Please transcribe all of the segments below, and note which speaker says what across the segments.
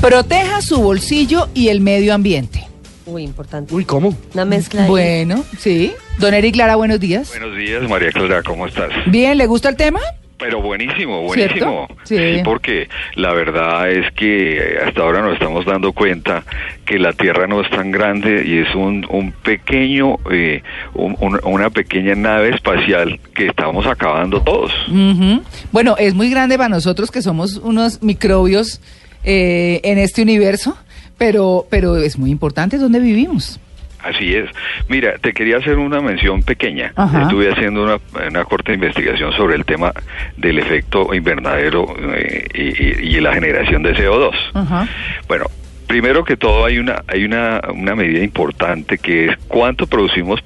Speaker 1: Proteja su bolsillo y el medio ambiente.
Speaker 2: Muy importante.
Speaker 3: Uy, ¿cómo?
Speaker 2: Una mezcla. ahí.
Speaker 1: Bueno, sí. Don Eric Lara, buenos días.
Speaker 4: Buenos días, María Clara, ¿cómo estás?
Speaker 1: Bien, ¿le gusta el tema?
Speaker 4: Pero buenísimo, buenísimo.
Speaker 1: ¿Cierto? Sí.
Speaker 4: Sí, porque la verdad es que hasta ahora nos estamos dando cuenta que la Tierra no es tan grande y es un, un pequeño, eh, un- un- una pequeña nave espacial que estamos acabando todos.
Speaker 1: Ujú. Bueno, es muy grande para nosotros que somos unos microbios eh, en este universo, pero, pero es muy importante dónde vivimos.
Speaker 4: Así es. Mira, te quería hacer una mención pequeña.
Speaker 1: Ajá.
Speaker 4: Estuve haciendo una, una corta investigación sobre el tema del efecto invernadero eh, y, y- y la generación de CO2.
Speaker 1: Ajá.
Speaker 4: Bueno, primero que todo hay una hay una, una medida importante que es cuánto producimos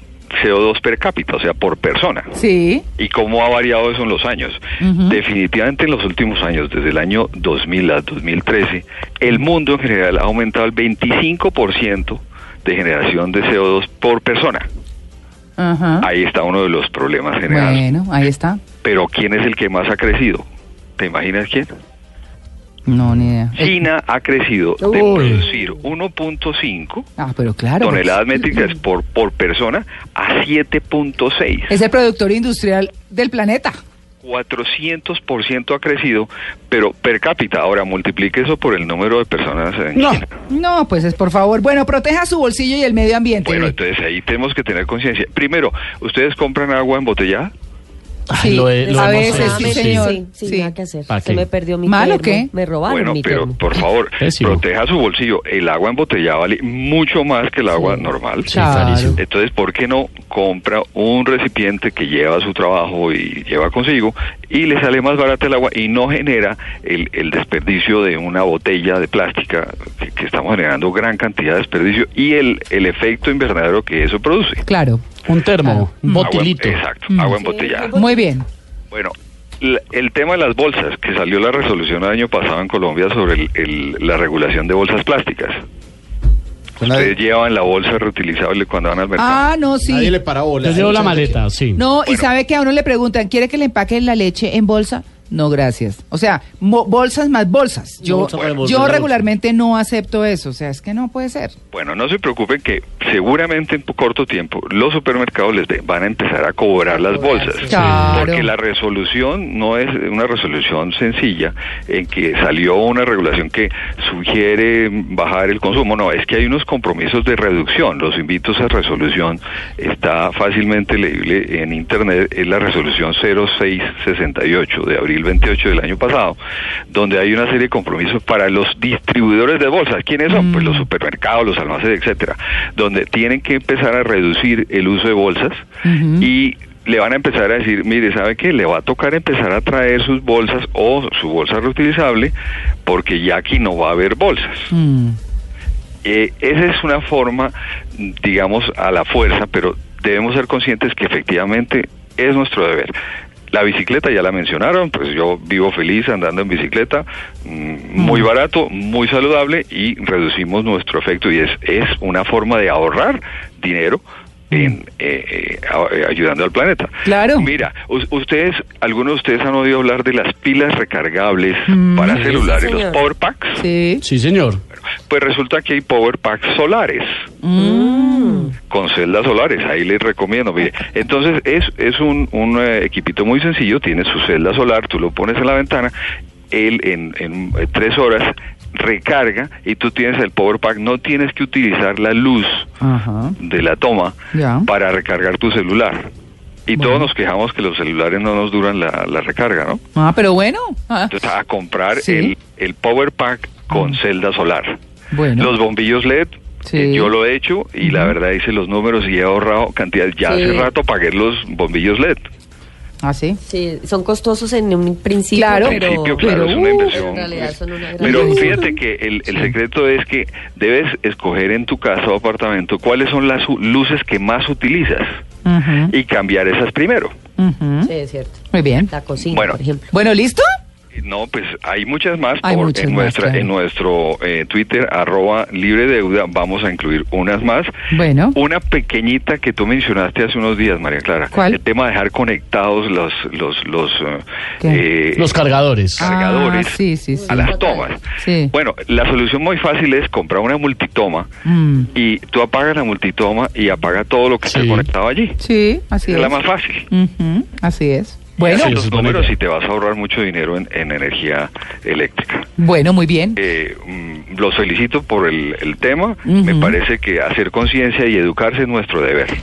Speaker 4: CO2 per cápita, o sea, por persona.
Speaker 1: Sí.
Speaker 4: Y cómo ha variado eso en los años.
Speaker 1: Ujú.
Speaker 4: Definitivamente en los últimos años, desde el año 2000 a 2013, el mundo en general ha aumentado el 25% de generación de CO2 por persona.
Speaker 1: Ajá.
Speaker 4: Ahí está uno de los problemas generales.
Speaker 1: Ah. Bueno, ahí está.
Speaker 4: Pero ¿quién es el que más ha crecido? ¿Te imaginas quién?
Speaker 1: Eh. No, ni idea.
Speaker 4: China ha crecido de
Speaker 3: Uy.
Speaker 4: producir 1.5
Speaker 1: Ah, pero claro.
Speaker 4: toneladas
Speaker 1: pues,
Speaker 4: métricas por, por persona a 7.6.
Speaker 1: Es el productor industrial del planeta.
Speaker 4: 400% ha crecido, pero per cápita. Ahora, multiplique eso por el número de personas en
Speaker 3: No.
Speaker 4: China.
Speaker 1: No, pues es por favor. Bueno, proteja su bolsillo y el medio ambiente.
Speaker 4: Bueno, entonces ahí tenemos que tener conciencia. Primero, ¿ustedes compran agua embotellada?
Speaker 3: Ay, lo he- lo
Speaker 1: Eh, a
Speaker 3: hemos
Speaker 1: veces,
Speaker 3: hecho,
Speaker 1: sí,
Speaker 3: sí.
Speaker 1: señor.
Speaker 2: Sí, sí,
Speaker 1: Sí.
Speaker 2: nada que hacer.
Speaker 3: ¿Para
Speaker 2: Se
Speaker 3: qué?
Speaker 2: me perdió mi
Speaker 1: ¿Malo
Speaker 2: termo.
Speaker 1: qué?
Speaker 2: Me robaron
Speaker 4: Bueno,
Speaker 2: mi
Speaker 4: pero
Speaker 2: termo.
Speaker 4: por favor,
Speaker 3: Pésimo.
Speaker 4: proteja su bolsillo. El agua embotellada vale mucho más que el agua normal.
Speaker 3: Sí, clarísimo.
Speaker 4: Entonces, ¿por qué no compra un recipiente que lleva su trabajo y lleva consigo y le sale más barata el agua y no genera el, el desperdicio de una botella de plástica que, que estamos generando gran cantidad de desperdicio y el, el efecto invernadero que eso produce?
Speaker 1: Claro.
Speaker 3: Un
Speaker 1: Claro.
Speaker 3: termo, un
Speaker 4: Agua- em-
Speaker 3: botilito.
Speaker 4: exacto, agua
Speaker 3: Mm.
Speaker 2: Sí,
Speaker 4: embotellada.
Speaker 1: Muy bien.
Speaker 4: Bueno, la- el tema de las bolsas, que salió la resolución el año pasado en Colombia sobre el- el- la regulación de bolsas plásticas.
Speaker 5: Ah.
Speaker 6: Pues nadie-
Speaker 4: Ustedes llevan la bolsa reutilizable cuando van al mercado.
Speaker 1: Ah, no, sí.
Speaker 6: Nadie le para bola.
Speaker 3: Yo llevo la
Speaker 6: Mucha gente
Speaker 3: maleta, sí.
Speaker 1: No, y sabe que a uno le preguntan, ¿quiere que le empaque la leche en bolsa? No, gracias. O sea, mo- bolsas más bolsas. Yo,
Speaker 3: Bolsa para bolsa,
Speaker 1: yo
Speaker 3: bolsa.
Speaker 1: regularmente no acepto eso. O sea, es que no puede ser.
Speaker 4: Bueno, no se preocupen que seguramente en po- corto tiempo los supermercados les de- van a empezar a cobrar las bolsas.
Speaker 1: Claro.
Speaker 4: Porque la resolución no es una resolución sencilla en que salió una regulación que sugiere bajar el consumo. No, es que hay unos compromisos de reducción. Los invito a esa resolución. Está fácilmente leíble en Internet. Es la resolución 0668 de abril 28 del año pasado, donde hay una serie de compromisos para los distribuidores de bolsas. ¿Quiénes son? Pues los supermercados, los almacenes, etcétera, donde tienen que empezar a reducir el uso de bolsas y le van a empezar a decir, mire, ¿sabe qué? Le va a tocar empezar a traer sus bolsas o su bolsa reutilizable porque ya aquí no va a haber bolsas.
Speaker 1: Mm.
Speaker 4: Eh, esa es una forma, digamos, a la fuerza, pero debemos ser conscientes que efectivamente es nuestro deber. La bicicleta ya la mencionaron, pues yo vivo feliz andando en bicicleta, mm, muy barato, muy saludable y reducimos nuestro efecto y es, es una forma de ahorrar dinero en, eh, eh, a- eh, ayudando al planeta.
Speaker 1: Claro.
Speaker 4: Mira, us- ustedes, algunos de ustedes han oído hablar de las pilas recargables
Speaker 1: Mm.
Speaker 4: para
Speaker 3: Sí,
Speaker 4: celulares, los
Speaker 2: señor.
Speaker 4: power packs.
Speaker 1: Sí.
Speaker 3: Sí, señor.
Speaker 4: Pues resulta que hay power packs solares
Speaker 1: Mm.
Speaker 4: con celdas solares, ahí les recomiendo, mire. Entonces es, es un, un, eh, equipito muy sencillo, tiene su celda solar, tú lo pones en la ventana, él en, en, eh, tres horas recarga y tú tienes el power pack, no tienes que utilizar la luz
Speaker 1: Ajá.
Speaker 4: de la toma
Speaker 1: Ya.
Speaker 4: para recargar tu celular. Y todos nos quejamos que los celulares no nos duran la, la recarga, ¿no?
Speaker 1: Ah, pero bueno. Ah,
Speaker 4: Entonces a comprar
Speaker 1: Sí.
Speaker 4: el, el power pack con celda solar.
Speaker 1: bueno.
Speaker 4: Los bombillos LED,
Speaker 1: Sí.
Speaker 4: eh, yo lo he hecho y la verdad hice los números y he ahorrado cantidades. Ya
Speaker 2: Sí.
Speaker 4: hace rato pagué los bombillos LED.
Speaker 1: ¿Ah, sí?
Speaker 2: Sí, son costosos en un principio,
Speaker 1: Claro,
Speaker 2: pero,
Speaker 1: pero,
Speaker 4: principio, claro, es una
Speaker 1: uh,
Speaker 4: inversión.
Speaker 2: en realidad son una gran
Speaker 4: Pero
Speaker 2: inversión.
Speaker 4: fíjate que el, el secreto es que debes escoger en tu casa o apartamento cuáles son las u- luces que más utilizas
Speaker 1: Ujú,
Speaker 4: y cambiar esas primero.
Speaker 1: ujú.
Speaker 2: Sí, es cierto.
Speaker 1: Muy bien.
Speaker 2: La cocina,
Speaker 4: Bueno.
Speaker 2: por ejemplo.
Speaker 1: Bueno, ¿listo?
Speaker 4: No, pues hay muchas más
Speaker 1: Hay
Speaker 4: por-
Speaker 1: muchas
Speaker 4: en
Speaker 1: más,
Speaker 4: nuestra
Speaker 1: claro.
Speaker 4: en nuestro eh, Twitter arroba libre deuda vamos a incluir unas más.
Speaker 1: Bueno.
Speaker 4: Una pequeñita que tú mencionaste hace unos días, María Clara.
Speaker 1: ¿Cuál?
Speaker 4: El tema de dejar conectados los los los eh,
Speaker 1: ¿Qué?
Speaker 4: eh,
Speaker 3: Los cargadores.
Speaker 4: Ah. cargadores.
Speaker 1: Ah, sí, sí, sí.
Speaker 4: a las tomas.
Speaker 1: Sí.
Speaker 4: Bueno, la solución muy fácil es comprar una multitoma
Speaker 1: Mm,
Speaker 4: y tú apagas la multitoma y apaga todo lo que
Speaker 3: Sí.
Speaker 4: esté conectado allí.
Speaker 1: sí, así
Speaker 4: es
Speaker 1: es.
Speaker 4: la más fácil.
Speaker 1: Ujú, así es. Bueno,
Speaker 3: Sí,
Speaker 4: Haces los
Speaker 3: es buena
Speaker 4: números
Speaker 3: idea.
Speaker 4: y te vas a ahorrar mucho dinero en, en energía eléctrica.
Speaker 1: bueno, muy bien.
Speaker 4: Eh, mm, los felicito por el, el tema. Me
Speaker 1: Ujú.
Speaker 4: parece que hacer conciencia y educarse es nuestro deber.